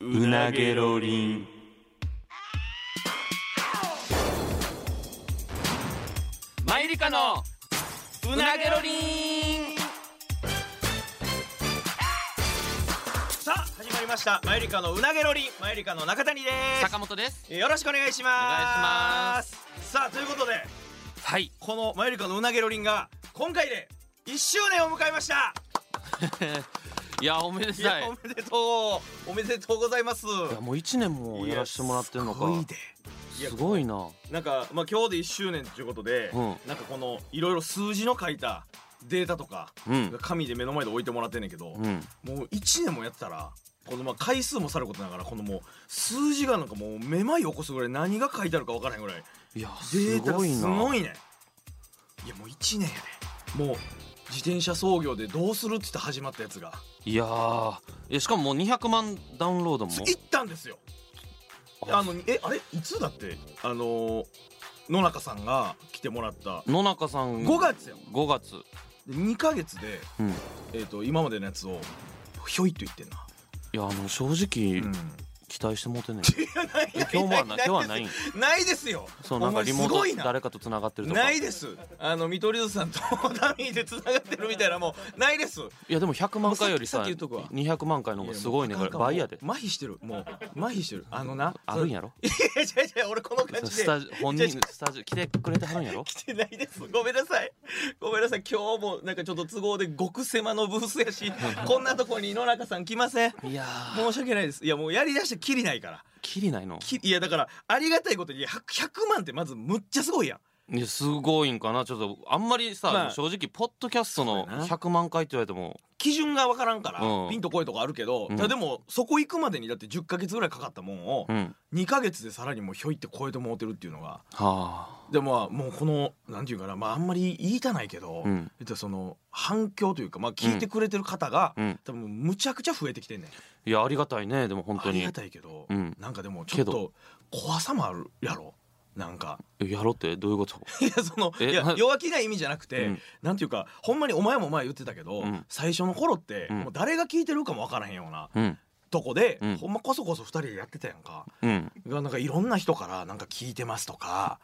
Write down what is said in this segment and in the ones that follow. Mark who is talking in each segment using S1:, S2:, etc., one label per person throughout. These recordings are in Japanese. S1: うなげろりん。
S2: マイリカのうなげろりん
S3: さあ始まりましたマユリカのうなげロリンマユリカの中谷です
S2: 坂本です
S3: えーよろしくお願いします
S2: お願いしま
S3: さあということで
S2: はい
S3: このマユリカのうなげロリンが今回で1周年を迎えました
S2: いやおめで
S3: い
S2: たい
S3: やおめでとうおめでとうございます
S2: いやもう一年もやらせてもらってんのか
S3: いやすごいです
S2: ごいな
S3: なんかまあ今日で1周年ということで、
S2: うん
S3: なんかこのいろいろ数字の書いたデータとか
S2: うん
S3: 紙で目の前で置いてもらってんねんけど、
S2: う
S3: も
S2: ん
S3: う1年もやってたらこのまあ回数もさることながらこのもう数字がなんかもうめまい起こすぐらい何が書いてあるか分からへんぐらい
S2: いや
S3: デ
S2: す
S3: ータ
S2: ごいな
S3: すごいねいやもう1年やでもう自転車操業でどうするって言って始まったやつが
S2: いやーえしかももう200万ダウンロードも
S3: 行ったんですよあのえあれいつだってあのー野中さんが来てもらった
S2: 野中さん
S3: 5月やん
S2: 5月
S3: で2ヶ月で、
S2: うんい
S3: えー、と今までのやつをひょいっと言ってんな、
S2: やあの正直
S3: うん、
S2: 期待してもうてんねん
S3: ない
S2: 今日もはな今日はないん
S3: ないですよ
S2: そうなんかリモ
S3: お前すご
S2: ー
S3: い
S2: ト
S3: な
S2: 誰かと繋がってるとか
S3: ないですあの見取り図さんと ダミーでつながってるみたいなもうないです
S2: いやでも100万回より
S3: さ
S2: さ
S3: っき言っとくわ
S2: 200万回の方がすごいね
S3: やも
S2: こ
S3: う
S2: れ倍やで
S3: 麻痺してるもう麻痺してるあのな
S2: あるんやろ
S3: いや いやいや俺この感じ
S2: ス
S3: で
S2: タジ本
S3: じ
S2: 人スタジオ来てくれてはるんやろ
S3: 来てないですごめんなさいごめんなさい今日もなんかちょっと都合で極狭のブースや しこんなとこに野中さん来ません
S2: いやー
S3: 申し訳ないですいやもうやりだしてきりないから
S2: きりないの
S3: きいやだからありがたいことにいや 100, 100万ってまずむっちゃすごいやん
S2: いやすごいんかなちょっとあんまりさ、
S3: まあ
S2: 正直ポッドキャストの
S3: そうやな
S2: 100万回って言われても
S3: 基準が分からんから、
S2: うん
S3: ピンとこいとこあるけど、
S2: うん
S3: ただでもそこ行くまでにだって10ヶ月ぐらいかかったもんを
S2: うんは
S3: 2ヶ月でさらにもうひょいって超えてもうてるっていうのが
S2: あ
S3: でまあもうこのなんていうかな、まあ、あんまり言いたないけど、
S2: うん
S3: えっとその反響というか、まあ、聞いてくれてる方が、
S2: うん
S3: 多分むちゃくちゃ増えてきてんねん
S2: いやありがたいねでも本
S3: あ
S2: 当
S3: り
S2: に
S3: がたいけど、
S2: うん
S3: なんかでもちょっ
S2: け
S3: と怖さもあるやろなんか
S2: えやろうってどういうこと
S3: いやその
S2: え
S3: いや
S2: な
S3: 弱気な意味じゃなくて、
S2: うん
S3: なんていうかほんまにお前も前言ってたけど、
S2: うん
S3: 最初の頃って、
S2: うん
S3: もう誰が聞いてるかも分からへんような
S2: うん
S3: とこで、
S2: うん
S3: ほんまこそこそ2人でやってたやんか
S2: うん
S3: がなんかいろんな人からなんか聞いてますとか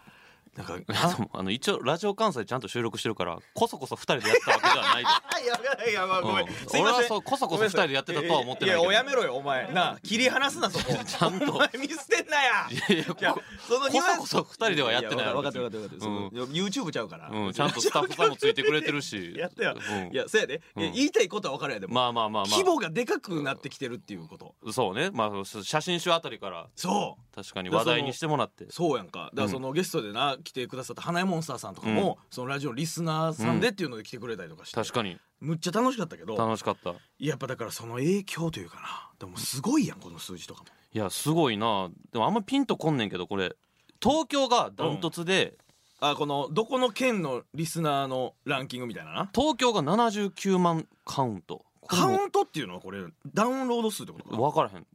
S3: なんか
S2: いやでもあの一応ラジオ関西ちゃんと収録してるからこそこそ2人でやったわけではないで
S3: いやいやいやまあごめん、
S2: うん
S3: すいま
S2: 俺は
S3: せん
S2: そうこそこそ二人でやってたとは思ってない
S3: や
S2: けど
S3: やおやめろよお前なあ切り離すなそこ
S2: ちゃんと
S3: お前見捨てんなや
S2: いやいや
S3: いや
S2: こ
S3: そのニュアンス
S2: こそこそ二人ではやってない
S3: や分かってる分かってる分かってる、
S2: うん
S3: その YouTube ちゃうから、
S2: うん、ちゃんとスタッフさんもついてくれてるし
S3: やったよ、
S2: う ん
S3: いやそうやで、いや
S2: うん
S3: 言いたいことは分かるやでも、
S2: まあまあまあま
S3: 規模がでかくなってきてるっていうこと
S2: あそうねまあそう写真集あたりから
S3: そう
S2: 確かに話題にしてもらって
S3: そうやんかだからそのゲストでな来てくださった花江モンスターさんとかも、そのラジオリスナーさんでっていうので来てくれたりとかして、
S2: 確かに
S3: むっちゃ楽しかったけど
S2: 楽しかったい
S3: やっぱだからその影響というかなでもすごいやんこの数字とかも
S2: やすごいなでもあんまピンとこんねんけどこれ東京がダントツで、
S3: あこのどこの県のリスナーのランキングみたいなな
S2: 東京が79万カウントこれ
S3: カ
S2: も
S3: ウントっていうのはこれダウンロード数ってことか
S2: 分からへん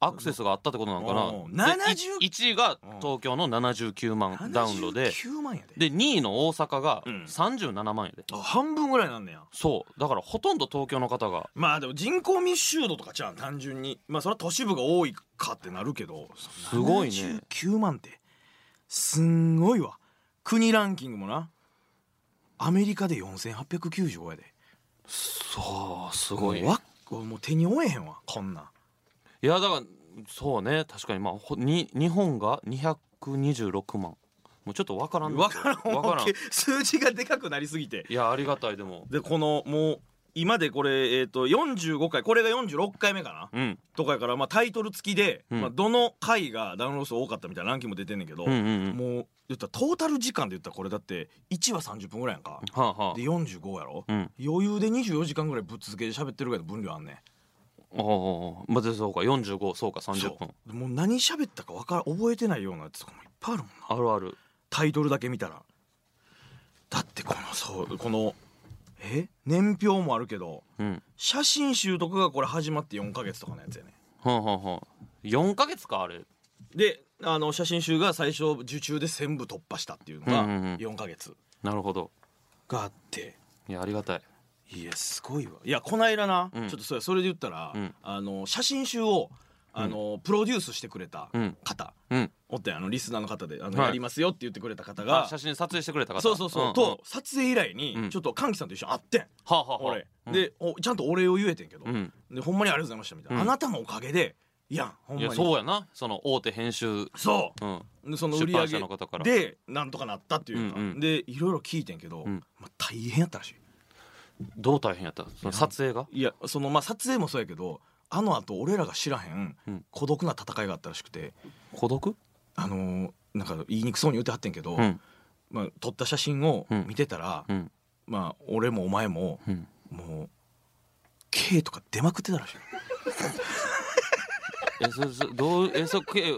S2: アクセスがあったってことなんか
S3: おう
S2: なで
S3: 70
S2: い1位が東京の79万ダウンロードで
S3: 9万やで
S2: で2位の大阪が
S3: うん
S2: 37万やで、
S3: あ半分ぐらいなんねや
S2: そうだからほとんど東京の方が
S3: まあでも人口密集度とかじゃん単純にまあそれは都市部が多いかってなるけどす
S2: ごいね
S3: 9万ってすんごいわ国ランキングもなアメリカで4895やで
S2: そうす
S3: もうわっもう手に負えへんわこんなん
S2: いやだからそうね確かにまあほに日本が226万もうちょっと分からん
S3: わからん
S2: わからんい
S3: 数字がでかくなりすぎて
S2: やありがたいでも
S3: でこのもう今でこれ、えー、と45回これが46回目かな
S2: うん
S3: とかやから、まあ、タイトル付きで、
S2: うん
S3: まあ、どの回がダウンロード数多かったみたいなランキングも出てんねんけど、
S2: うんうんうん
S3: もう言ったらトータル時間で言ったらこれだって1話30分ぐらいやんか、
S2: はあは
S3: で45やろ、
S2: あうん
S3: 余裕で24時間ぐらいぶっ続けで喋ってるぐらいの分量あんね
S2: おうおうまあでそうか45そうか
S3: ん
S2: 30分
S3: そうもう何喋ったかわから覚えてないようなやつとかもいっぱいあるもんな
S2: あるある
S3: タイトルだけ見たらだってこのそうこのえ年表もあるけど
S2: うん
S3: 写真集とかがこれ始まって4ヶ月とかのやつやね
S2: はあはあはあ4ヶ月かあれ
S3: であの写真集が最初受注で1000部突破したっていうのが
S2: うんうんうん
S3: 4ヶ月
S2: なるほど
S3: があって
S2: いやありがたい
S3: いやすごいわいやこないだな、
S2: うん
S3: ちょっとそれそれで言ったら、
S2: うん
S3: あの写真集をあのプロデュースしてくれた
S2: うん
S3: 方、
S2: うん
S3: おってあのリスナーの方であの、
S2: はい
S3: やりますよって言ってくれた方
S2: あ
S3: が
S2: 写真撮影してくれた方
S3: そうそうそう、
S2: んん
S3: と撮影以来
S2: う
S3: に
S2: ん
S3: ちょっと歓喜さんと一緒に会ってん、
S2: はあはあはあ
S3: 俺、でおちゃんとお礼を言えてんけど、
S2: うん
S3: でほんまにありがとうございましたみたいな、
S2: うん
S3: あなたのおかげでいやんほん
S2: い
S3: ま
S2: や
S3: に
S2: そうやなその大手編集
S3: そ
S2: うん
S3: うでその売
S2: 出
S3: り
S2: 版
S3: 上
S2: 社
S3: げ
S2: の方から
S3: でなんとかなったっていうか、
S2: うんうん
S3: でいろいろ聞いてんけど、
S2: うん
S3: まあ、大変やったらしい
S2: どう大変やったその撮影が
S3: いやそのまあ撮影もそうやけどあのあと俺らが知らへん
S2: うん
S3: 孤独な戦いがあったらしくて、
S2: 孤独
S3: あのーなんか言いにくそうに言ってはってんけど、
S2: うん
S3: まあ、撮った写真を見てたら、
S2: うん
S3: まあ、俺もお前も
S2: うん
S3: もう K とか出まくってたらしい
S2: えそそどうえそけ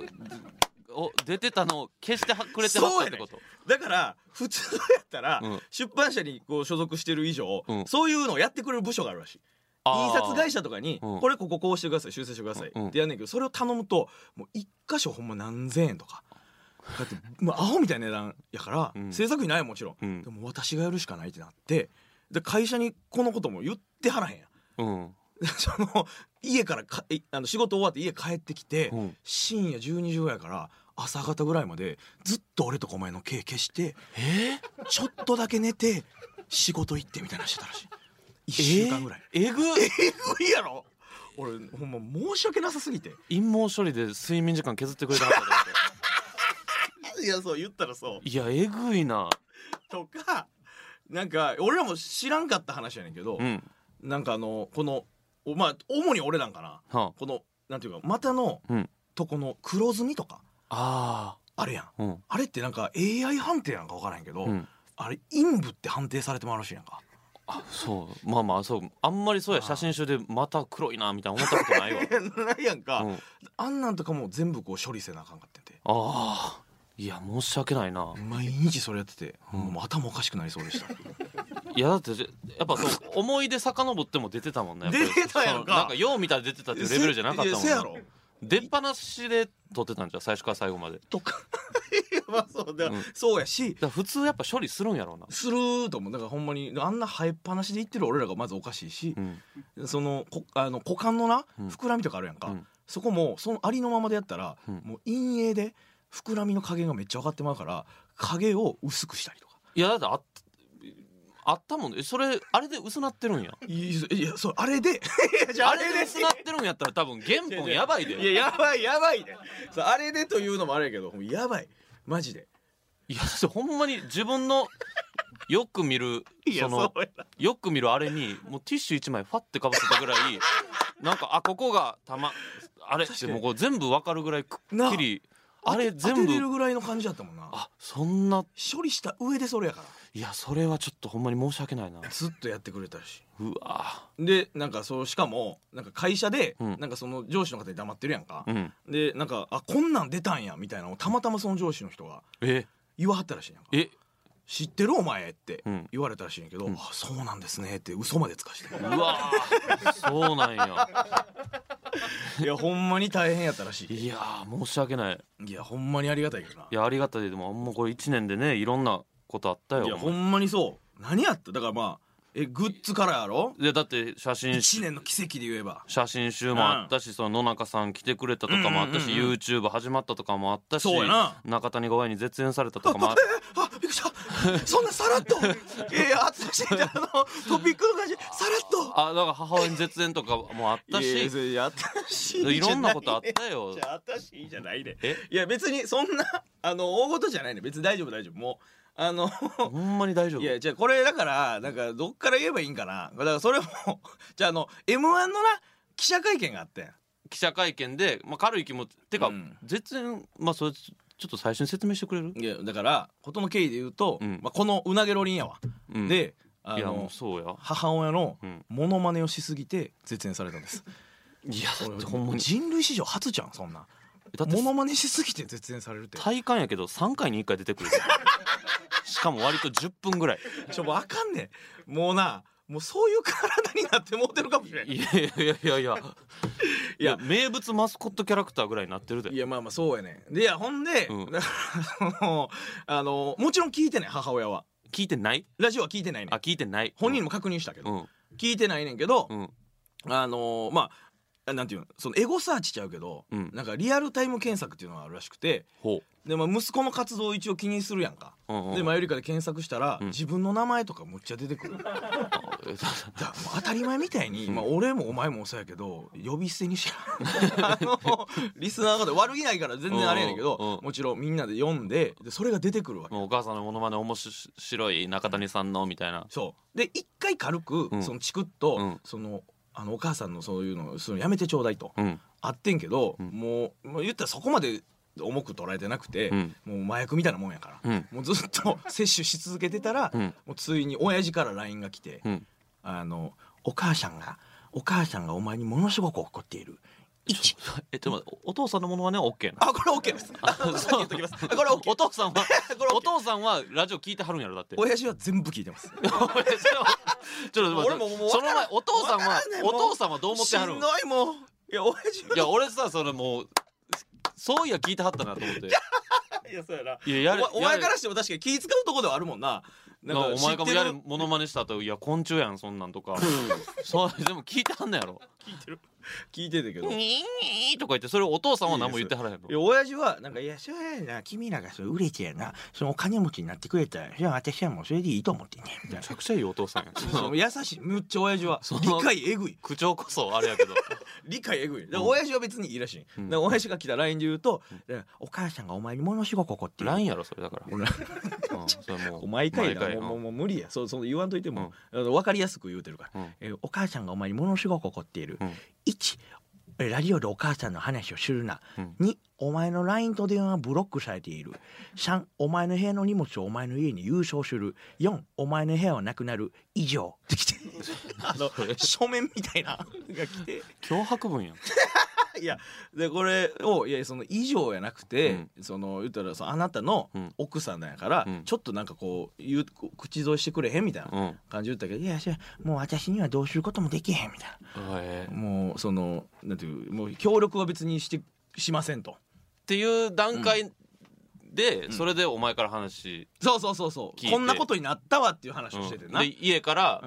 S2: お出てたのを消してはくれてはったってこと
S3: だから普通やったら、
S2: うん
S3: 出版社にこう所属してる以上、
S2: うん
S3: そういうのをやってくれる部署があるらしい
S2: あ
S3: 印
S2: ー
S3: 刷会社とかに、
S2: うん
S3: これこここうしてください修正してください
S2: うん
S3: ってやんねんけどそれを頼むともう一箇所ほんま何千円とかだってもうアホみたいな値段やから、
S2: うん
S3: 制作費ないよもちろん、
S2: うん
S3: でも私がやるしかないってなってで会社にこのことも言ってはらへんやん
S2: うん
S3: その家からかいあの仕事終わって家帰ってきて、
S2: うん
S3: 深夜12時ぐらいから朝方ぐらいまでずっと俺とお前の毛消して
S2: え
S3: ちょっとだけ寝て仕事行ってみたいなのしてたらしい1週間ぐらい、
S2: えぐ
S3: えぐいやろ俺ほんま申し訳なさすぎて
S2: 陰謀処理で睡眠時間削ってくれてはったってこ
S3: いやそう言ったらそう
S2: といやえぐいな
S3: とかなんか俺らも知らんかった話やねんけど、
S2: うん
S3: なんかあのこのおまあ主に俺なんかな
S2: は
S3: このなんていうか股の
S2: あうん
S3: とこの黒ずみとか
S2: あ
S3: あるやん
S2: あうん
S3: あれってなんか AI 判定なんか分からへんけど、
S2: うん
S3: あれ陰部って判定されてもらうらしいやんか
S2: あそうまあまあそうあんまりそうや
S3: あー
S2: 写真集でまた黒いなみたいな思ったことないわ
S3: ないやんか、
S2: うん
S3: あんなんとかも全部こう処理せなあかんかってて
S2: ああいや申し訳ないな
S3: 毎日それやってて、
S2: うん
S3: もう頭おかしくなりそうでした
S2: いやだってじゃやっぱそう思い出遡っても出てたもんねやっぱり
S3: 出てたやんか
S2: そのなんかよう見たら出てたっていうレベルじゃなかったもん
S3: せ
S2: ね
S3: やろ
S2: 出っ放しで撮ってたんじゃん最初から最後までだか
S3: とか いやまあそうだ、
S2: うん
S3: そうやし
S2: ら普通やっぱ処理するんやろうな
S3: するーと思うだからほんまにあんな生えっぱなしで言ってる俺らがまずおかしいし
S2: う、ん
S3: そのこあの股間のな
S2: うん
S3: 膨らみとかあるやんか、
S2: うん
S3: そこもそのありのままでやったら、
S2: うん
S3: もう陰影で膨らみの加減がめっちゃ分かってまうから影を薄くしたりとか
S2: いやだってあっあったもんねそれあれで薄なってるんや
S3: いやいやそうあれで いやじゃあ
S2: あれで薄なってるんやったら多分原本やばいで
S3: いややばいやばいねそうあれでというのもあれやけどほんまやばいマジで
S2: いやそれほんまに自分のよく見るその
S3: うやな
S2: よく見るあれにもうティッシュ1枚ファッてかぶせたぐらいなんかあここがたまあれっ
S3: 確
S2: て
S3: かに
S2: もうこう全部わかるぐらいく
S3: な
S2: っきりあれ
S3: 当
S2: 全
S3: てれる
S2: 部
S3: ぐらいの感じだったもんな
S2: あそんな
S3: 処理した上でそれやから
S2: いやそれはちょっとほんまに申し訳ないな
S3: ずっとやってくれたし
S2: うわ
S3: でなんかそうしかもなんか会社で、
S2: うん
S3: なんかその上司の方に黙ってるやんか
S2: う、ん
S3: でなんかあこんなん出たんやみたいなのをたまたまその上司の人が
S2: え
S3: 言わはったらしいやんか
S2: え
S3: 知ってるお前って
S2: うん
S3: 言われたらしいんやけど、
S2: うん
S3: あそうなんですねって嘘までつかして
S2: うわそうなんや
S3: い やほんまに大変やったらしい
S2: いやー申し訳ない
S3: いやほんまにありがたいけどない
S2: やありがたいででももうこれ1年でねいろんなことあったよ
S3: いやほんまにそう何やっただからまあえグッズからやろ
S2: でだって写真集
S3: 1年の奇跡で言えば
S2: 写真集もあったし、その野中さん来てくれたとかもあったし、
S3: うんうんうんうん
S2: YouTube 始まったとかもあったし
S3: そうやな
S2: 中谷が親に絶縁されたとかもあった
S3: あびっくりしたそんなさらっ といやいや淳しいあのトピックの感じさらっと
S2: あだから母親に絶縁とかもあった
S3: いやいや
S2: し
S3: それいや私
S2: いろんなことあったよ
S3: じゃあ私いいじゃないで
S2: え
S3: いや別にそんなあの大事じゃないね別に大丈夫大丈夫もうあの
S2: ほんまに大丈夫
S3: いやじゃあこれだからなんかどっから言えばいいんかなだからそれもじゃああの m 1のな記者会見があってん
S2: 記者会見で、まあ、軽い気持ちてか、
S3: うん
S2: 絶縁まあそれちょっと最初に説明してくれる、
S3: いやだから事の経緯で言うと、
S2: うん
S3: まあ、このうなげロリンやわ、
S2: うん
S3: であ
S2: いやも
S3: の
S2: うそうや
S3: 母親の
S2: うん
S3: モノマネをしすぎて絶縁されたんです
S2: いやだってほんまに
S3: 人類史上初じゃんそんな
S2: だって
S3: モノマネしすぎて絶縁されるって
S2: 体感やけど3回に1回出て くるしかも割と10分ぐらい
S3: ちょもうあかんねんもうなもうそういう体になってもうてるかもしれない
S2: いやいやいやいやい
S3: や
S2: や名物マスコットキャラクターぐらいになってるで
S3: いやまあまあそうやねんでいやほんで、
S2: うん
S3: あのあのもちろん聞いてない母親は
S2: 聞いてない
S3: ラジオは聞いてないねん
S2: あ聞いてない
S3: 本人に
S2: も
S3: も確認したけ
S2: う
S3: ど、
S2: ん
S3: 聞いてないねんけど
S2: う、ん
S3: あのまああなんていうのそのエゴサーチちゃうけど、
S2: うん
S3: なんかリアルタイム検索っていうのがあるらしくて
S2: ほ
S3: で、まあ、息子の活動を一応気にするやんか、
S2: う、うんうん、
S3: でマユリカで検索したら、
S2: うん
S3: 自分の名前とかむっちゃ出てくるだか
S2: あ
S3: らもう当たり前みたいに、
S2: うん
S3: まあ、俺もお前もそうやけど呼び捨てにし らんあのリスナーの方悪気ないから全然あれやねんけ
S2: うんうん
S3: どもちろんみんなで読んででそれが出てくるわけ
S2: もうお母さんのモノマネ面白い中谷さんのみたいな
S3: そうで一回軽く、
S2: うん
S3: そのチクッ
S2: う
S3: と
S2: ん、
S3: そのあのお母さんのそういうのそのやめてちょうだいと、
S2: うん
S3: あってんけど、
S2: うん
S3: もうもう言ったらそこまで重く捉えてなくて、
S2: うん
S3: もう麻薬みたいなもんやから、
S2: うん
S3: もうずっと 摂取し続けてたら、
S2: うん
S3: もうついに親父から LINE が来て、
S2: うん
S3: あのお母さんがお母さんがお前にものすごく怒っている。一
S2: えちょっと待っておお父さんのモノマネは OK な
S3: あこれ OK です。あ のさっき言っときます。あこれ OK。
S2: お父 さんは
S3: これ OK
S2: お父さんはラジオ聞いてはるんやろだって
S3: 親父は全部聞いてます。
S2: ちょっと待って
S3: 俺ももう分
S2: そ
S3: から
S2: の
S3: ん
S2: 前お父さん
S3: 分
S2: は
S3: からんねんも
S2: お
S3: う
S2: 父さんはどう思ってはるん
S3: しんどいもん。いや親父
S2: いや俺さそれもうそういや聞いてはったなと思って
S3: いやそうやない
S2: ややれ
S3: おお前か
S2: や
S3: らしても確かに気使うとこではあるもんな。
S2: れ
S3: なんか
S2: お前がもや
S3: 知
S2: れ
S3: ってる
S2: モノマネしたといや昆虫やんそんなんとかそうでも聞いてはんのや ろ
S3: 聞いてたけど。
S2: にーにーとか言ってそれをお父さんは何も言ってはらへんの
S3: いや親父はなんか「いやそうやな君らがそれ売れてやなそのお金持ちになってくれたらそれは私はもうそれでいいと思ってね」みたい
S2: めちゃくちゃいいお父さんやん
S3: なそう優しいむっちゃ親父は
S2: そ
S3: 理
S2: の
S3: 解えぐい
S2: 口調こそあれやけど
S3: 理解えぐいだから
S2: うん
S3: 親父は別にいいらしい、
S2: うん
S3: だから親父が来た LINE で言うと、だからお母さんがお前にものすごく怒ってる」
S2: ラインやろそれだから、
S3: 俺
S2: うんそれもう
S3: お前かいな
S2: 毎回
S3: もうもうもう無理やそうそう言わんといても、あの分かりやすく言うてるから、
S2: うん
S3: えーお母さんがお前にものすごく怒っている、
S2: うん
S3: 1えーラジオでお母さんの話をするな、
S2: うん
S3: 2お前の LINE と電話はブロックされている3お前の部屋の荷物をお前の家に郵送する4お前の部屋はなくなる以上ってきてあの書面みたいなのが来て
S2: 脅迫文やん
S3: いやでこれをいやその以上やなくて、その言ったらそのあなたの
S2: うん
S3: 奥さんなんやから、
S2: うん
S3: ちょっとなんかこう言うこう口添えしてくれへんみたいな
S2: うん
S3: 感じ言ったけど「いやそれもう私にはどうすることもできへん」みたい
S2: え
S3: な
S2: ーっ
S3: もうそのなんていうもう協力は別にしてしませんと
S2: ていう段階で、
S3: うん
S2: それでお前から話、
S3: そうそうそうそ
S2: 聞いうて
S3: こんなことになったわっていう話をしてて
S2: うん
S3: な、う
S2: で
S3: ん
S2: 家から、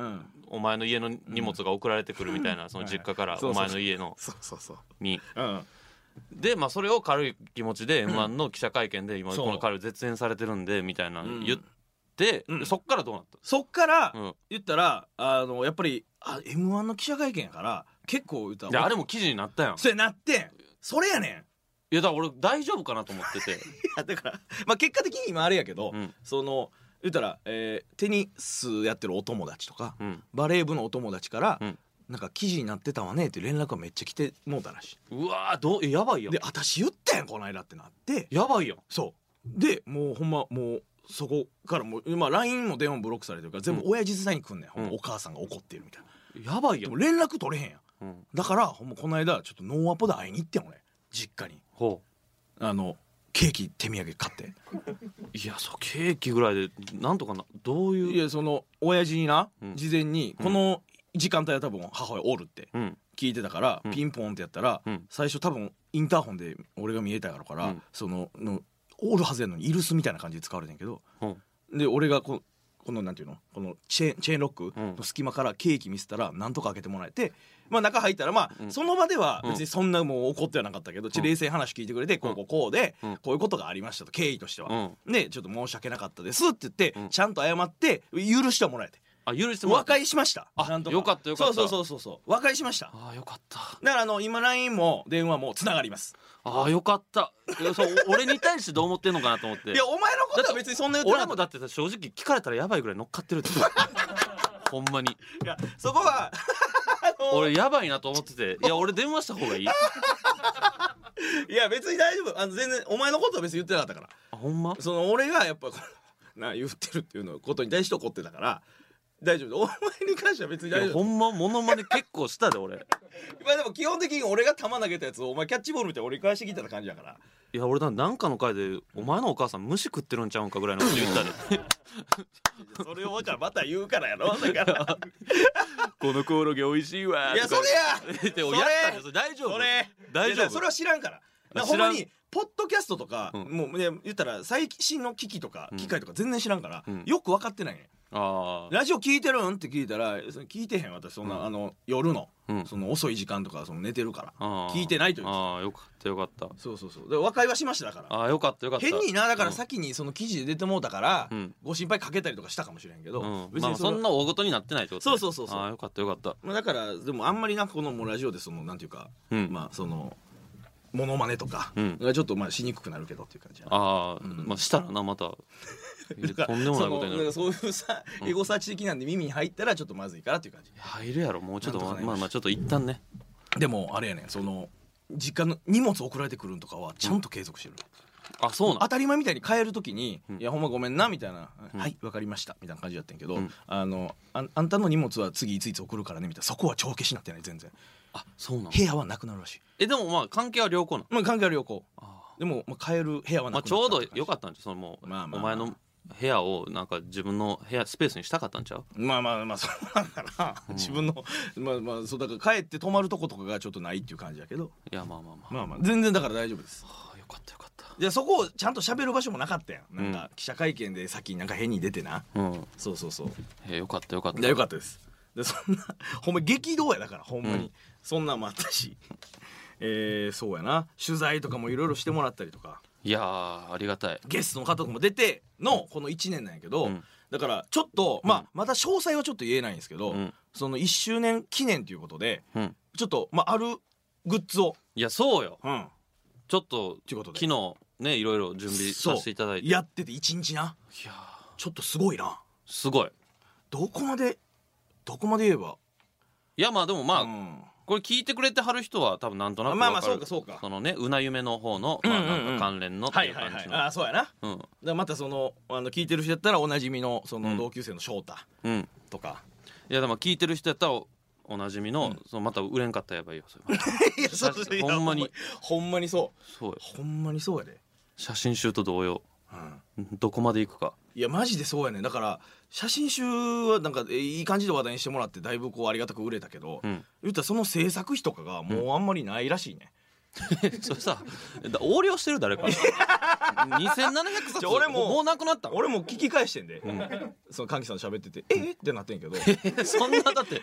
S2: お前の家の荷物が送られてくるみたいな、その実家から
S3: はいそう
S2: お
S3: そう
S2: 前の家の
S3: そうそうそう
S2: に
S3: うん
S2: でまあそれを軽い気持ちで m 1の記者会見で今
S3: そう
S2: この彼絶縁されてるんでみたいな
S3: うん
S2: 言って、
S3: うん
S2: でそっからどうなっ
S3: そっから
S2: た、うん
S3: 言ったらあのやっぱりあ m 1の記者会見やから結構言った
S2: いや
S3: ら
S2: あれも記事になったやんい
S3: それなってんそれやねん
S2: やだから俺大丈夫かなと思ってて、
S3: い やだから、まあ、結果的に今あれやけど、
S2: うん
S3: その言ったら、えーテニスやってるお友達とか
S2: うん、
S3: バレー部のお友達から、
S2: うん
S3: なんか記事になってたわねって連絡がめっちゃ来てもうたらし
S2: うわーどうえやばい
S3: い
S2: やん
S3: で私言ったやんこの間ってなって
S2: やばいやん
S3: そうでもうほんまもうそこからもう、まあ、LINE も電話もブロックされてるから全部親父時代に来んねん、ほんま
S2: うん
S3: お母さんが怒ってるみたいな
S2: やばい
S3: で
S2: やん
S3: も、連絡取れへんやん
S2: うん、
S3: だからほんまこの間ちょっとノンアポで会いに行ってん俺実家に
S2: ほ
S3: あのケーキ手土産買って
S2: ういやそうケーキぐらいでなんとかなどういう
S3: いやその親父にな、
S2: うん
S3: 事前に
S2: うん
S3: この時間帯は多分母親おるって
S2: うん
S3: 聞いてたから、
S2: うん
S3: ピンポンってやったら、
S2: うん
S3: 最初多分インターホンで俺が見えたやろから、
S2: うん
S3: そののおるはずやのにイルスみたいな感じで使われてんけど
S2: ほう
S3: で俺がここのなんていうのこのチェーンチェーンロック
S2: うん
S3: の隙間からケーキ見せたらなんとか開けてもらえて、まあ、中入ったらまあ、
S2: うん
S3: その場では
S2: うん
S3: 別にそんなもう怒ってはなかったけど、ち
S2: うん
S3: 冷静に話聞いてくれてこうこうこうで、
S2: うん
S3: こういうことがありましたと経緯としては。
S2: うん
S3: でちょっと申し訳なかったですって言って、
S2: うん
S3: ちゃんと謝って許してはもらえて
S2: あ許してもら
S3: 和
S2: った
S3: 解しました
S2: あ
S3: なんと
S2: よかったよかった
S3: そうそうそうそう和解しました
S2: あーよかった
S3: だからあの今 LINE も電話もつながります
S2: ああよかったいやそうお俺 に対してどう思ってんのかなと思って
S3: いやお前のことは別にそんな言って
S2: 俺
S3: なか
S2: も
S3: っ
S2: だってさ正直聞かれたらやばいぐらい乗っかってるって ほんまに
S3: たいやそこはあの
S2: 俺やばいなと思ってていや俺電話した方がいいあ
S3: いや別に大丈夫あの全然お前のことは別に言ってなかったから
S2: ほんま
S3: その俺がやっぱこのな言ってるっていうのことに対して怒ってたから大丈夫お前に関しては別に
S2: い
S3: 大
S2: や
S3: 丈
S2: ほ
S3: 夫
S2: んまモノマネ結構したで俺い
S3: まあでも基本的に俺が球投げたやつをお前キャッチボールみたいに俺返してきた感じだから
S2: や俺なんなんかの回でお前のお母さん虫食ってるんちゃうんかぐらいのこと言った で
S3: それをもちゃまた言うからやろだから
S2: このコオロギ美味しいわ
S3: いやそれや
S2: でも
S3: そ
S2: や
S3: れ
S2: ったんです大丈夫
S3: それ
S2: 大
S3: い
S2: 丈
S3: やそれ
S2: 夫
S3: は知らんからなほ
S2: 知
S3: ん
S2: らん
S3: まにポッドキャストとか、
S2: うん
S3: もうね言ったら最新の機器とか
S2: うん
S3: 機械とか全然知らんから、
S2: うん
S3: よく分かってないね
S2: ああ
S3: ラジオ聞いてるんって聞いたらその聞いてへん私そんな、
S2: うん
S3: あの夜の
S2: うん
S3: その遅い時間とかその寝てるから
S2: あー
S3: 聞いてないという
S2: ああよかったよかった
S3: そうそうそうで和解はしましただから
S2: ああよかったよかった
S3: 変になだから
S2: うん
S3: 先にその記事で出てもうたから、
S2: うん
S3: ご心配かけたりとかしたかもしれんけど、
S2: うん
S3: 別
S2: ま
S3: に
S2: あ
S3: そ
S2: そ
S3: ん
S2: ん
S3: な、
S2: な大事になってないってことね
S3: そうそうそうそう
S2: ああよかったよかった
S3: まあ、だからでもあんまりなんかこのもうラジオでそのなんていうか、
S2: うん
S3: まあそのモノマネとか
S2: うん
S3: がちょっとまあしにくくなるけどっていう感じやな
S2: ああ、
S3: うん
S2: まあしたらな また
S3: だから
S2: とんでもないことになる
S3: そのだからそういうさエゴサーチ的なんで耳に入ったらちょっとまずいからっていう感じ
S2: 入るやろもうちょっと
S3: なんとかなりま
S2: まあ
S3: した
S2: まあちょっと一旦ね
S3: でもあれやねんその実家の荷物送られてくるんとかはちゃんと継続してる、
S2: あそうなん
S3: 当たり前みたいに帰る時に「
S2: うん
S3: いやほんまごめんな」みたいな「
S2: うん
S3: はいわかりました」みたいな感じだったんやけど、
S2: うん
S3: あのあんあんたの荷物は次いついつ送るからねみたいなそこは帳消しになってない全然
S2: あそうなん
S3: 部屋はなくなるらしい
S2: えでもまあ関係は良好なん
S3: まあ関係あるよこ
S2: あ
S3: うでも、まあ、帰る部屋は
S2: ーま
S3: な
S2: あ
S3: くな
S2: ちょうど良
S3: よ
S2: かったんじゃんそのもう、
S3: まあまあ
S2: お前の部屋をなんか自分の部屋スペースにしたかったんちゃう
S3: まあまあまあそうなんだな、自分のまあまあそうだから帰って泊まるとことかがちょっとないっていう感じやけど
S2: いやまあまあまあ、
S3: まあまあ全然だから大丈夫です
S2: あーよかったよかっ
S3: でそこをちゃんと喋る場所もなかったやんなんか記者会見でさっきなんか変に出てな
S2: たうん
S3: そうそうそう
S2: えよかったよかった
S3: でよかったですでそんなほんま激動やだからほんまに、
S2: うん
S3: そんなんもあったしえー、そうやな取材とかもいろいろしてもらったりとか
S2: いやーありがたい
S3: ゲストの方とかも出てのこの1年なんやけど、
S2: うん
S3: だからちょっと、まあまだ詳細はちょっと言えないんですけど、
S2: うん
S3: その1周年記念ということで
S2: うん
S3: ちょっと、まあ、あるグッズを、
S2: いやそうよ
S3: うん、
S2: ちょっと
S3: ということで
S2: 昨日ねいろいろ準備させていただいていや
S3: やってて1日な
S2: ー
S3: ちょっとすごいな
S2: すごい
S3: どこまでどこまで言えば、
S2: いやまあでもまあ、
S3: うん
S2: これ聞いてくれてはる人は多分なんとなく
S3: まあまあ
S2: わる
S3: そうかそうか
S2: そのねうな夢の方の、まあ、
S3: うんうんうん
S2: なんか関連のって
S3: はいいうはい
S2: 感
S3: はい
S2: じの
S3: ああそうやな
S2: うん
S3: だからまたそのあの聞いてる人やったらおなじみのそうの
S2: ん
S3: 同級生の翔太
S2: うん
S3: とか、
S2: いやでも聞いてる人やったらおおなじみ
S3: う
S2: の,、
S3: ん
S2: そのまた売れんかったらやばいよそれ
S3: いや
S2: そうそういやほんまに
S3: ほんまにそう
S2: そうよ
S3: ほんまにそうやで、
S2: 写真集と同様
S3: うん、
S2: どこまでいくか
S3: いやマジでそうやねだから写真集はなんかえいい感じで話題にしてもらってだいぶこうありがたく売れたけど、
S2: うん
S3: 言ったらその制作費とかがもうあんまりないらしいね、
S2: それさだ横領してる誰か 2700
S3: じ
S2: 冊
S3: ゃあ俺も
S2: もうなくなったん
S3: 俺も聞き返してんで、
S2: ん
S3: その歓喜さんと喋ってて「えっ?」ってなってんけ どい
S2: そんなだって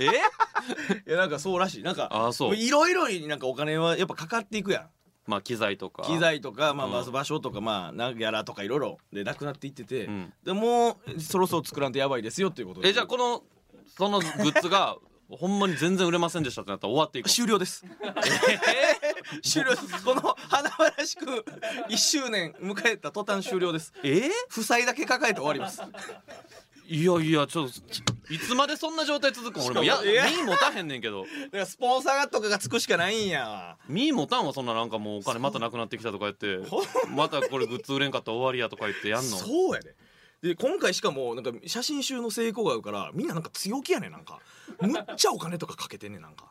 S2: え
S3: やなんかそうらしいなんか
S2: ああそう
S3: いろいろになんかお金はやっぱかかっていくやん
S2: まあ機材とか
S3: 機材とか、まあ、
S2: うん
S3: まず場所とか、まあなんやらとかいろいろでなくなっていってて、
S2: うん
S3: でもうそろそろ作らんとやばいですよっていうことで
S2: えじゃあこのそのグッズが ほんまに全然売れませんでしたってなったら終わっていくの
S3: 終了です 終了ですこの華々しく1周年迎えた途端終了です
S2: え
S3: 負債だけ抱えて終わります
S2: いやいやちょっといつまでそんな状態続くん俺もいや
S3: いや
S2: 身持たへんねんけど
S3: だからスポンサーとかがつくしかないんや
S2: 身持たんはそんななんかもうお金またなくなってきたとか言 ってまたこれグッズ売れんかったら終わりやとか言ってやんの
S3: そうやでで今回しかもなんか写真集の成功があるからみんななんか強気やねんなんかむっちゃお金とかかけてんねんなんか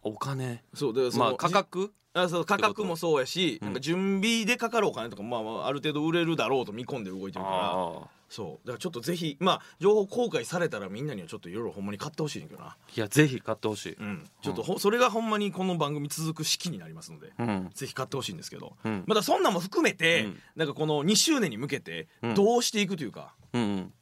S2: お金
S3: そうでその
S2: まあ価格
S3: あそう価格もそうやし、
S2: うん
S3: なんか準備でかかるお金とかも、まあまあ、ある程度売れるだろうと見込んで動いてるから
S2: ああ
S3: そうだからちょっとぜひまあ情報公開されたらみんなにはちょっといろいろほんまに買ってほしいねんけどな、
S2: いやぜひ買ってほしい
S3: うん、ちょっとほ、それがほんまにこの番組続く式になりますので、
S2: うん
S3: ぜひ買ってほしいんですけど、
S2: うん
S3: まだそんなんも含めて、
S2: うん
S3: なんかこの2周年に向けて
S2: うん
S3: どうしていくというか、
S2: うんうん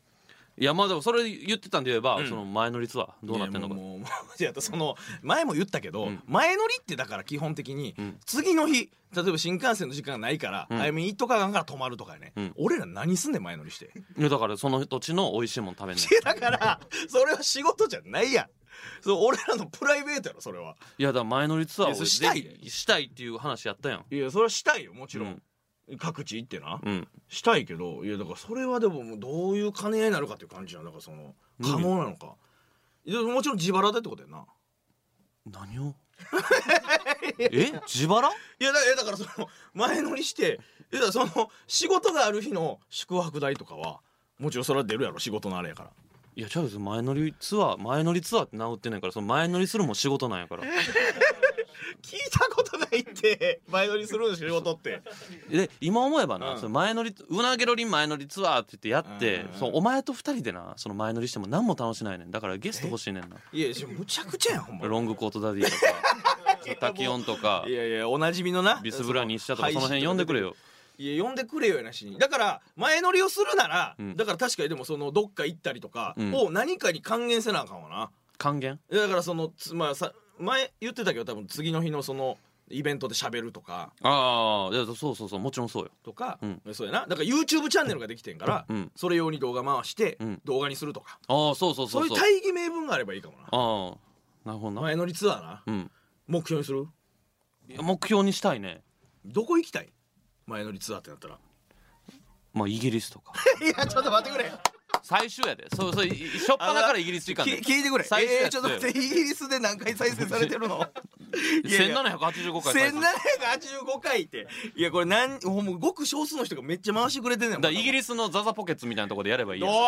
S2: いやまあでもそれ言ってたんで言えば、
S3: うん
S2: その前乗りツアーどうなってんの
S3: い
S2: か
S3: やもうもうもういやその前も言ったけど、
S2: うん
S3: 前乗りってだから基本的に、
S2: うん
S3: 次の日例えば新幹線の時間がないから、
S2: うん
S3: 早めに行っとかがんから泊まるとかやね、
S2: うん
S3: 俺ら何すんねん前乗りして
S2: いやだからその土地の美味しいもん食べんねん
S3: いやだからそれは仕事じゃないやんそう俺らのプライベートやろそれはい
S2: やだから前乗りツアー
S3: いやそ
S2: を
S3: れしたい
S2: ぜひしたいっていう話やったやん
S3: いやそれはしたいよもちろ、
S2: うん
S3: 各地行ってな、
S2: うん
S3: したいけどいやだからそれはでももうどういう金になるかっていう感じなんだからその可能なのか、いやもちろん自腹でってことやんな
S2: 何を え自腹
S3: いやだいやだからその前乗りしていやだからその仕事がある日の宿泊代とかはもちろんそれは出るやろ仕事のあれやから
S2: いやちゃうよ前乗りツアー前乗りツアーって名乗ってないからその前乗りするも仕事なんやから
S3: 聞いたことないって前乗りするの仕事って
S2: で今思えば
S3: う
S2: な、
S3: ん
S2: その前乗りうなげろりん前乗りツアーって言ってやって、
S3: うんうんうん
S2: そのお前と二人でなその前乗りしても何も楽しないねんだからゲスト欲しいねんない
S3: やしむちゃくちゃやんほんま
S2: ロングコートダディとか滝音とか
S3: いやいやおなじみのな
S2: ビスブラ
S3: に
S2: 西田とかその辺呼んでくれよ
S3: いや呼んでくれよやなしにだから前乗りをするなら、
S2: うん
S3: だから確かにでもそのどっか行ったりとか
S2: うん
S3: を何かに還元せなあかんわな、
S2: 還元
S3: だからそのつまあさ前言ってたけど多分次の日のそのイベントで喋るとか
S2: ああいやそうそうそうもちろんそうよ
S3: とか、
S2: うん
S3: そうやなだから YouTube チャンネルができてんから、
S2: うん
S3: それ用に動画回して
S2: うん
S3: 動画にするとか、
S2: ああそうそ
S3: そ
S2: うそう
S3: い
S2: う
S3: う
S2: そう
S3: 大義名分があればいいかもな
S2: ああなるほどな
S3: 前乗りツアーな
S2: うん
S3: 目標にする
S2: いや目標にしたいね
S3: どこ行きたい前乗りツアーってなったら
S2: まあイギリスとか
S3: いやちょっと待ってくれ
S2: 最終やでそうそうしょっぱなからイギリス時間で
S3: き聞いてくれ
S2: 最初
S3: え
S2: や
S3: ー、
S2: って
S3: ちょっと待ってイギリスで何回再生されてる のいやいや
S2: 1785回再生
S3: 1785回っていやこれなんほんまごく少数の人がめっちゃ回してくれてんねん
S2: だからイギ
S3: リ
S2: リスのザザポケッツみたいなとこでやればいいやん
S3: おい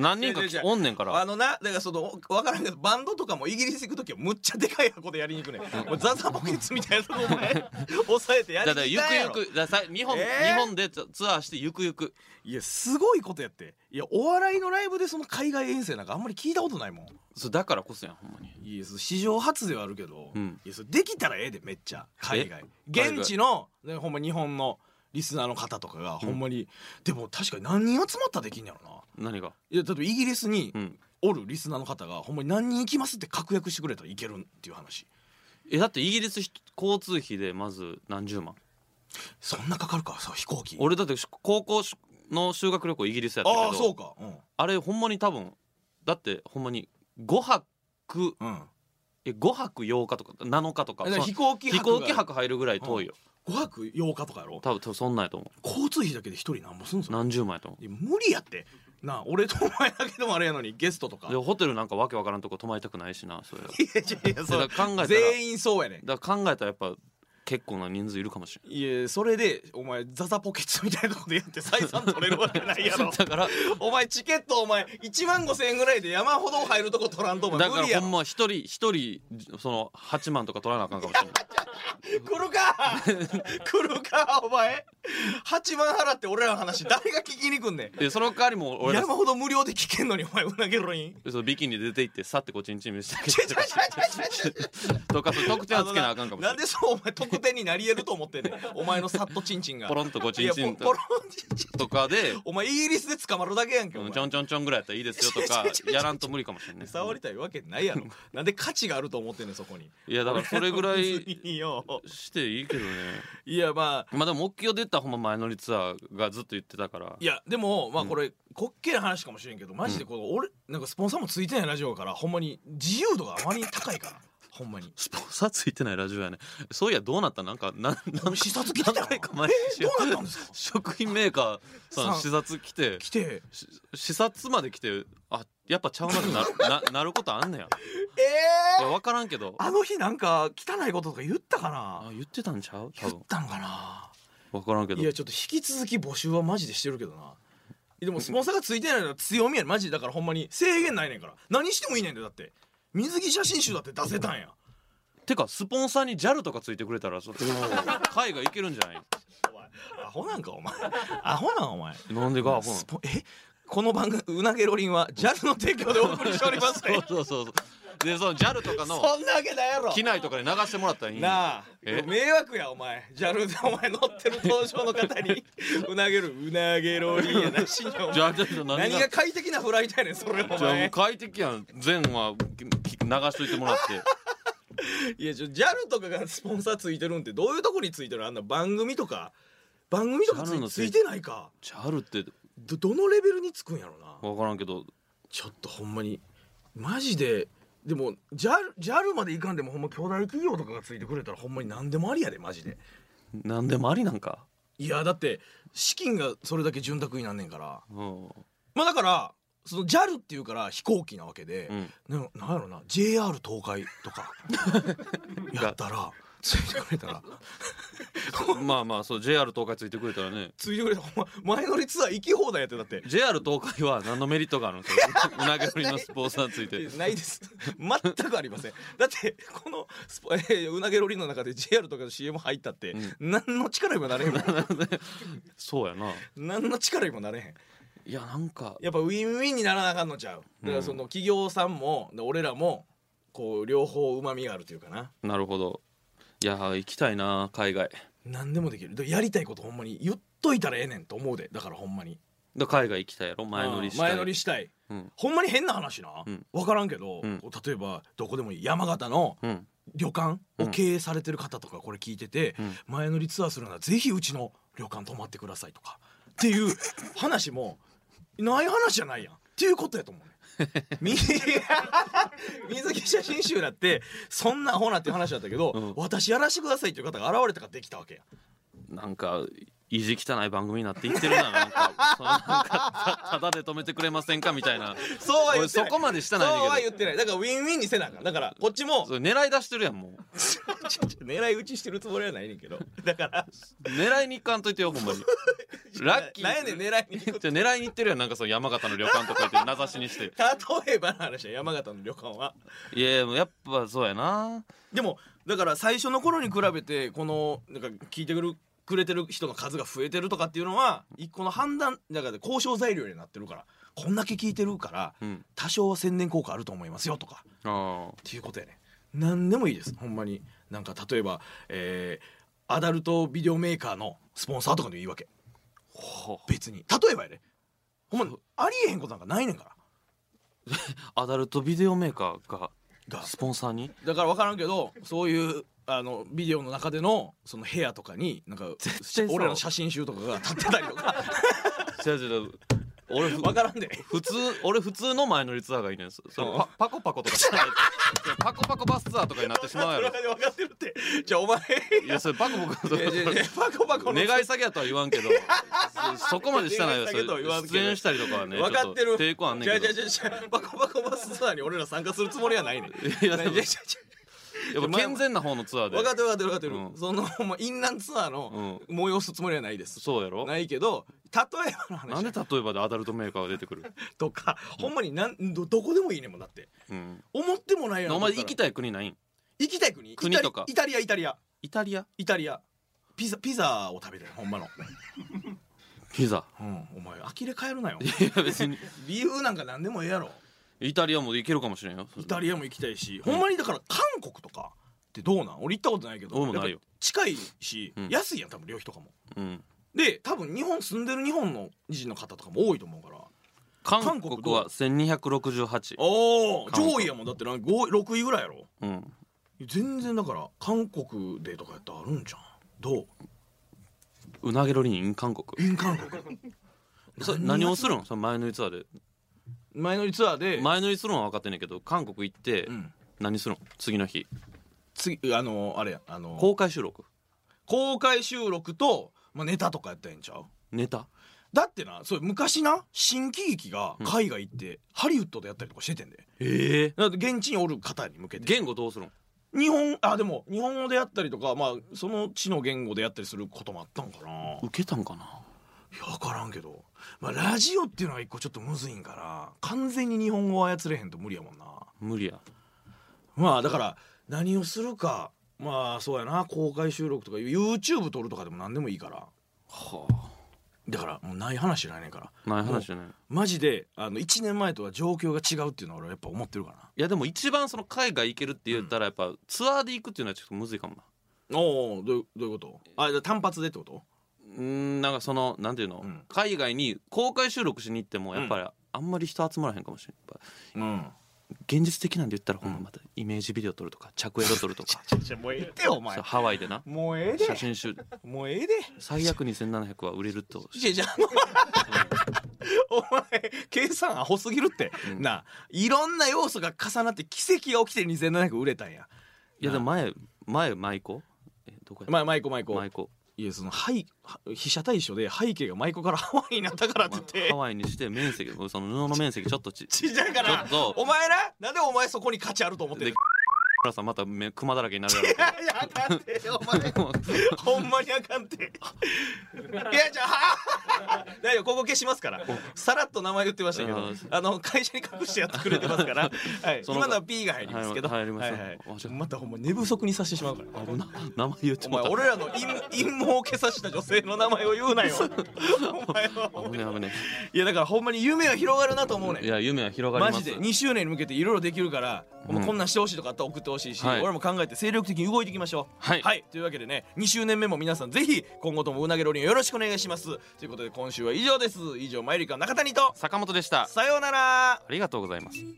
S2: 何人か
S3: 違う違う違う
S2: おんねんから
S3: あのなだからその分からんけどバンドとかもイギリス行く時はむっちゃでかい箱でやりに 行くねんもうザザボケツみたいなとこお前 押さえてやり
S2: だ
S3: に
S2: から
S3: 行
S2: ゆ
S3: ったん
S2: く
S3: や
S2: ゆ
S3: ろ
S2: くだからさ日本、
S3: えー
S2: 日本でツツアーしてゆくゆく
S3: いやすごいことやっていやお笑いのライブでその海外遠征なんかあんまり聞いたことないもん
S2: そうだからこそやんほんまに
S3: いやその史上初ではあるけど、
S2: うん
S3: いやそれできたらええでめっちゃ海外
S2: 海外
S3: 現地の、ね、ほんま日本のリスナーの方とかがほんまに、でも確かに何人集まったらできんやろな
S2: 何が
S3: いや例えばイギリスに
S2: うん
S3: おるリスナーの方がほんまに何人行きますって確約してくれたらいけるっていう話
S2: えだってイギリスひ交通費でまず何十万
S3: そんなかかるかさ飛行機
S2: 俺だってし高校しの修学旅行イギリスやったけど
S3: ああそうかうん
S2: あれほんまに多分だってほんまに5泊
S3: うん
S2: え5泊8日とか7日とか
S3: えだから
S2: そ
S3: 飛
S2: の
S3: 行機
S2: 飛
S3: 泊
S2: 行
S3: が
S2: 機泊入るぐらい遠いよ、
S3: 5泊8日とかやろ
S2: 多分多分そんなんやと思
S3: 交通費だけで一人なんぼすん
S2: う
S3: ぞ
S2: 何十万やと思
S3: いや無理やってなあ俺とお前だけでもあれやのにゲストとか
S2: うでホテルなんかわけわからんとこ泊まりたくないしなそれ
S3: いやいやいやそう
S2: だから考えたら
S3: 全員そうやねん
S2: だから考えたらやっぱ結構な人数いるかもしれ
S3: いやそれでお前ザザポケットみたいなとこでやって採算取れるわけないやろ
S2: ん だから
S3: お前チケットお前1万5千円ぐらいで山ほど入るとこ取らんとお前
S2: だ
S3: 無理
S2: から
S3: や
S2: ほ
S3: ろ
S2: んま一人一人その8万とか取らなあかんかもし れない
S3: 来る か来るかお前8万払って俺らの話誰が聞きに来んねん
S2: でその代わりも俺ら
S3: 山ほど無料で聞けんのにお前うなげろ に
S2: そのビキニで出て行ってさってこっちにチームして
S3: ちょちょちょちょちょ
S2: とかそう特典はつけなあかんかもしれ
S3: な
S2: なんい
S3: でそうお前特典になり得ると思ってんねん お前のサッとチンチンが
S2: ポロンとこうチンチン
S3: いやポポロンチンチン
S2: とかで
S3: お前イギリスで捕まるだけやんけお
S2: うん
S3: 前
S2: ちょんちょんちょんぐらいやったらいいです よとかやらんと無理かもしれない
S3: 触りたいわけないやろなんで価値があると思ってんねんそこに
S2: いやだからそれぐら
S3: 別
S2: い
S3: によ
S2: していいけどね
S3: いやまあ
S2: まあでも目標で言ったらほんま前乗りツアーがずっと言ってたから
S3: いやでもまあこれ滑稽な話かもしれんけどマジでこの俺なんかスポンサーもついてないラジオやからほんまに自由度があまりに高いからほ んまに
S2: スポンサーついてないラジオやねそういやどうなったなんか なんなん
S3: 視察来てたよ
S2: 何回か前に
S3: どうなったんですか
S2: 食品メーカーさ
S3: さ
S2: ん
S3: ん
S2: 視察来て
S3: 来て
S2: し視察まで来てあやっぱちゃうなってなる ななることあんねや
S3: え
S2: い
S3: え
S2: や分からんけど
S3: あの日なんか汚いこととか言ったか
S2: あ
S3: な
S2: 言ってたんちゃう多
S3: 言っ
S2: 分
S3: たのかな
S2: 分からんけど
S3: いやちょっと引き続き募集はマジでしてるけどなでもスポンサーがついてないのは強みやねマジだからほんまに制限ないねんから何してもいいねんでだって水着写真集だって出せたんや
S2: てかスポンサーに JAL とかついてくれたらそ海外行けるんじゃない
S3: お前アホなんかお前 アホなんお前
S2: なんでがほん
S3: ス
S2: そ
S3: ポえこの番組うなげろり んは JAL の提供でお送りしております、
S2: う そうそうそうでその JAL とか
S3: そ
S2: の
S3: んなわけないやろ
S2: 機内とかで流してもらったらいいんや
S3: なあ
S2: え
S3: 迷惑やお前 JAL でお前乗ってる登場の方 にうなげるうなげろりんやなしにお前
S2: じゃあじゃあじゃあ何
S3: 何
S2: が
S3: が快適なフライトやねんそれお
S2: じゃあもう
S3: 前
S2: 快適やん全はきき流しといてもら って
S3: いやちょ JAL とかがスポンサーついてるんってどういうとこについてるのあんな番組と か番組とかつ
S2: JAL の
S3: い
S2: せ
S3: つ
S2: い
S3: いてないか
S2: JAL って
S3: どどのレベルにつくんやろな
S2: 分からんけど
S3: ちょっとほんまにマジででも JAL, JAL までいかんでもほんま巨大企業とかがついてくれたらほんまに何でもありやでマジで
S2: 何でもありなんか
S3: いやだって資金がそれだけ潤沢になんねんから
S2: うん、うん、
S3: まあだからその JAL っていうから飛行機なわけで、ななんやろな JR 東海と かやったらついてくれたら
S2: まあまあそう JR 東海ついてくれたらね
S3: ついてくれたらほんま前乗りツアー行き放題やってだって
S2: JR 東海は何のメリットが あるんですかうなぎのスポンサーついて
S3: ないです全くありませんだってこのスポ、えーうなげロリの中で JR とかの CM 入ったって、
S2: ん
S3: 何の力にもなれへんもん
S2: そうやな
S3: 何の力にもなれへん
S2: いやなんか
S3: やっぱウィンウィンにならなあかんのちゃうだからその企業さんも俺らもこう両方うまみがあるというかな
S2: なるほどいや行きたいな海外
S3: 何でもできるだからやりたいことほんまに言っといたらええねんと思うでだからほんまに
S2: だから海外行きたいやろ前乗りしたい
S3: 前乗りしたい
S2: うん
S3: ほんまに変な話な、
S2: うん
S3: 分からんけど、
S2: うん
S3: 例えばどこでもいい山形の
S2: うん
S3: 旅館を経営されてる方とかこれ聞いてて、
S2: うん
S3: 前乗りツアーするならぜひうちの旅館泊まってくださいとかっていう話もない話じゃないやんっていうことやと思う ねみ水着写真集だってそんなアホなっていう話だったけど、
S2: うん
S3: 私やらしてくださいっていう方が現れたからできたわけや
S2: なんか意地汚い番組になっていってるななんかそのなんかたただで止めてくれませんかみたいな
S3: そうは言
S2: 俺
S3: って
S2: そ
S3: ない
S2: こまでした
S3: そ
S2: な
S3: う
S2: いねん
S3: は
S2: け
S3: 言ってないだからウィンウィンにせなあかんだからこっちも
S2: どそれ狙い出してるやんもう
S3: ちょちょ狙い撃ちしてるつもりはないねんけどだから
S2: 狙いに行かんといてよほんまにラッキー
S3: なんやねん狙いに行く
S2: じゃあ狙いに行ってるやんなんかその山形の旅館とか言って名指しにして
S3: 例えばの話や山形の旅館はい
S2: ややっぱそうやな
S3: でもだから最初の頃に比べてこのなんか聞いてくるくれてる人の数が増えてるとかっていうのは一個の判断だから交渉材料になってるからこんだけ聞いてるから
S2: うん
S3: 多少は宣伝効果あると思いますよとかっ
S2: あ
S3: ていうことやね何でもいいですほんまになんか例えばえーアダルトビデオメーカーのスポンサーとかでいいわけ
S2: ほ
S3: 別に例えばやねほんまありえへんことなんかないねんから
S2: アダルトビデオメーカーが
S3: が
S2: スポンサーに
S3: だから分からんけどそういうあのビデオの中でのその部屋とかになんか
S2: 対そう
S3: 俺らの写真集とかが立ってたりとか
S2: 違う違う俺ふ
S3: 分からんで
S2: 普通俺普通の前乗りツアーがいいねんそそのパパコパコとかじゃないパコパコバスツアーとかになってしまうやろ
S3: 分かってるってじゃあお前
S2: いやそれバコバコと
S3: いやいやいや バコバコの
S2: 願い下げやとは言わん けどそそこまでしたないよ
S3: 願い下
S2: それ
S3: げとは言わんけど
S2: 出演したりとかはね
S3: 分かってる
S2: ちょと抵抗あんねんけど
S3: じゃあじゃあじゃあバコバコバスツアーに俺ら参加するつもりはないねん
S2: いや
S3: い
S2: で
S3: や
S2: も
S3: いやいや
S2: やっぱ健全な方のツアーで
S3: 分かってる分かってる分かってる、
S2: うん
S3: そのほんまインランツアー
S2: う
S3: の
S2: ん、
S3: 催すつもりはないです、
S2: そうやろ
S3: ないけど例えばの
S2: なんで
S3: 話
S2: 例えばでアダルトメーカーが出てくる、
S3: とかほんまになんどどこでもいいねんもんだって
S2: うん、
S3: 思ってもないよ
S2: お前行き
S3: た
S2: たい国ないん
S3: 行きたい国
S2: 国とか
S3: イタリアイタリア
S2: イタリア
S3: イタリアピザピザを食べてるほんまの、
S2: ピザ
S3: うん、お前呆れ返るなよ
S2: いや別に
S3: 理由なんか何でもええやろ
S2: イタリアも行けるかもしれんよ
S3: イタ
S2: ア
S3: リアも行きたいし、ほんまにだから韓国とかってどうなん俺行ったことないけど
S2: 俺もないよ
S3: やっぱ近いし、
S2: うん
S3: 安いやん多分旅費とかも
S2: うん
S3: で多分日本住んでる日本の人の方とかも多いと思うから
S2: 韓
S3: 韓国
S2: 国は1268
S3: おお
S2: 韓国
S3: 上位やもんだってなんか5 6位ぐらいやろ
S2: うん
S3: 全然だから韓国でとかやったらあるんじゃん どう
S2: うなげろりん韓国
S3: イン韓国
S2: それ何をするのその前乗りツアー
S3: 前乗りツアーで
S2: で前乗りするのは分かってんねんけど韓国行って
S3: うん、
S2: 何するの次の日
S3: 次あのあれやあの
S2: 公開収録
S3: 公開収録と、まあ、ネタとかやったらええんちゃう
S2: ネタ
S3: だってなそれ昔な新喜劇が海外行って、ハリウッドでやったりとかしててんで
S2: ええ
S3: だって現地におる方に向けて
S2: 言語どうするの
S3: 日本あでも日本語でやったりとかまあその地の言語でやったりすることもあったんかないや
S2: 受けたんかな
S3: 分からんけど、まあ、ラジオっていうのは一個ちょっとむずいんかな完全に日本語を操れへんと無理やもんな
S2: 無理や
S3: まあだから何をするかまあそうやな公開収録とか YouTube 撮るとかでも何でもいいから
S2: は
S3: だからもうない話じゃないねんから
S2: あない話じゃない
S3: マジであの1年前とは状況が違うっていうのは俺はやっぱ思ってるか
S2: いやでも一番その海外行けるって言ったらやっぱツアーで行くっていうのはちょっとむずいかもな
S3: らなおおどういうどういうことあじゃあ単発でってこと
S2: うーんなんかそのなんていうの、
S3: うん
S2: 海外に公開収録しに行ってもやっぱりあんまり人集まらへんかもしれんやっぱ
S3: うん
S2: 現実的なんで言ったらほんままたイメージビデオ撮るとか着映画撮ると か
S3: じゃもうええってお前
S2: そうハワイでな
S3: もうええ
S2: 写真集
S3: もうええで
S2: 最悪2700は売れる と
S3: じゃじゃもうお前計算アホすぎるって、
S2: うん
S3: なあいろんな要素が重なって奇跡が起きて2700売れたんや
S2: いやでも前前舞妓えどこや
S3: まあマイコマイコ
S2: 舞妓
S3: いやその背被写体書で背景が舞妓からハワイになったからって言って
S2: ハワイにして面積その布の面積ちょっとち
S3: ちっちゃいか
S2: ちょっ
S3: ら
S2: と
S3: お前らなんでお前そこに価値あると思ってんの
S2: で村さんまた目クマだらけになるや
S3: いやいやあかんてお前
S2: ろ
S3: ほんまにあかんていやじゃあ大丈夫ここ消しますからさらっと名前言ってましたけ
S2: う
S3: ど
S2: ん
S3: あの会社に隠してやってくれてますから、はい、
S2: その
S3: 今のは P が入りますけど、
S2: はい入りました
S3: はいはい
S2: あじゃあ
S3: またほんま寝不足にさせてしまうから
S2: 危な名前言って
S3: お
S2: も
S3: 前
S2: うた
S3: 俺らの陰陰謀を消さした女性の名前を言う なよお前は
S2: 危ねえ危ね
S3: いやだからほんまに夢は広がるなと思うね
S2: えい
S3: ん
S2: や夢は広がり
S3: マ
S2: ま
S3: ジ
S2: す
S3: で2周年に向けていろいろできるから、もうこんなんしてほしいとかあったら送ってってほしいし、
S2: はい
S3: 俺も考えて精力的に動いていきましょう
S2: はい
S3: というわけでね2周年目も皆さんぜひ今後ともうなげロリンよろしくお願いしますということで今週は以上です以上マユリカの中谷と
S2: 坂本でした
S3: さようなら
S2: ありがとうございます
S4: 「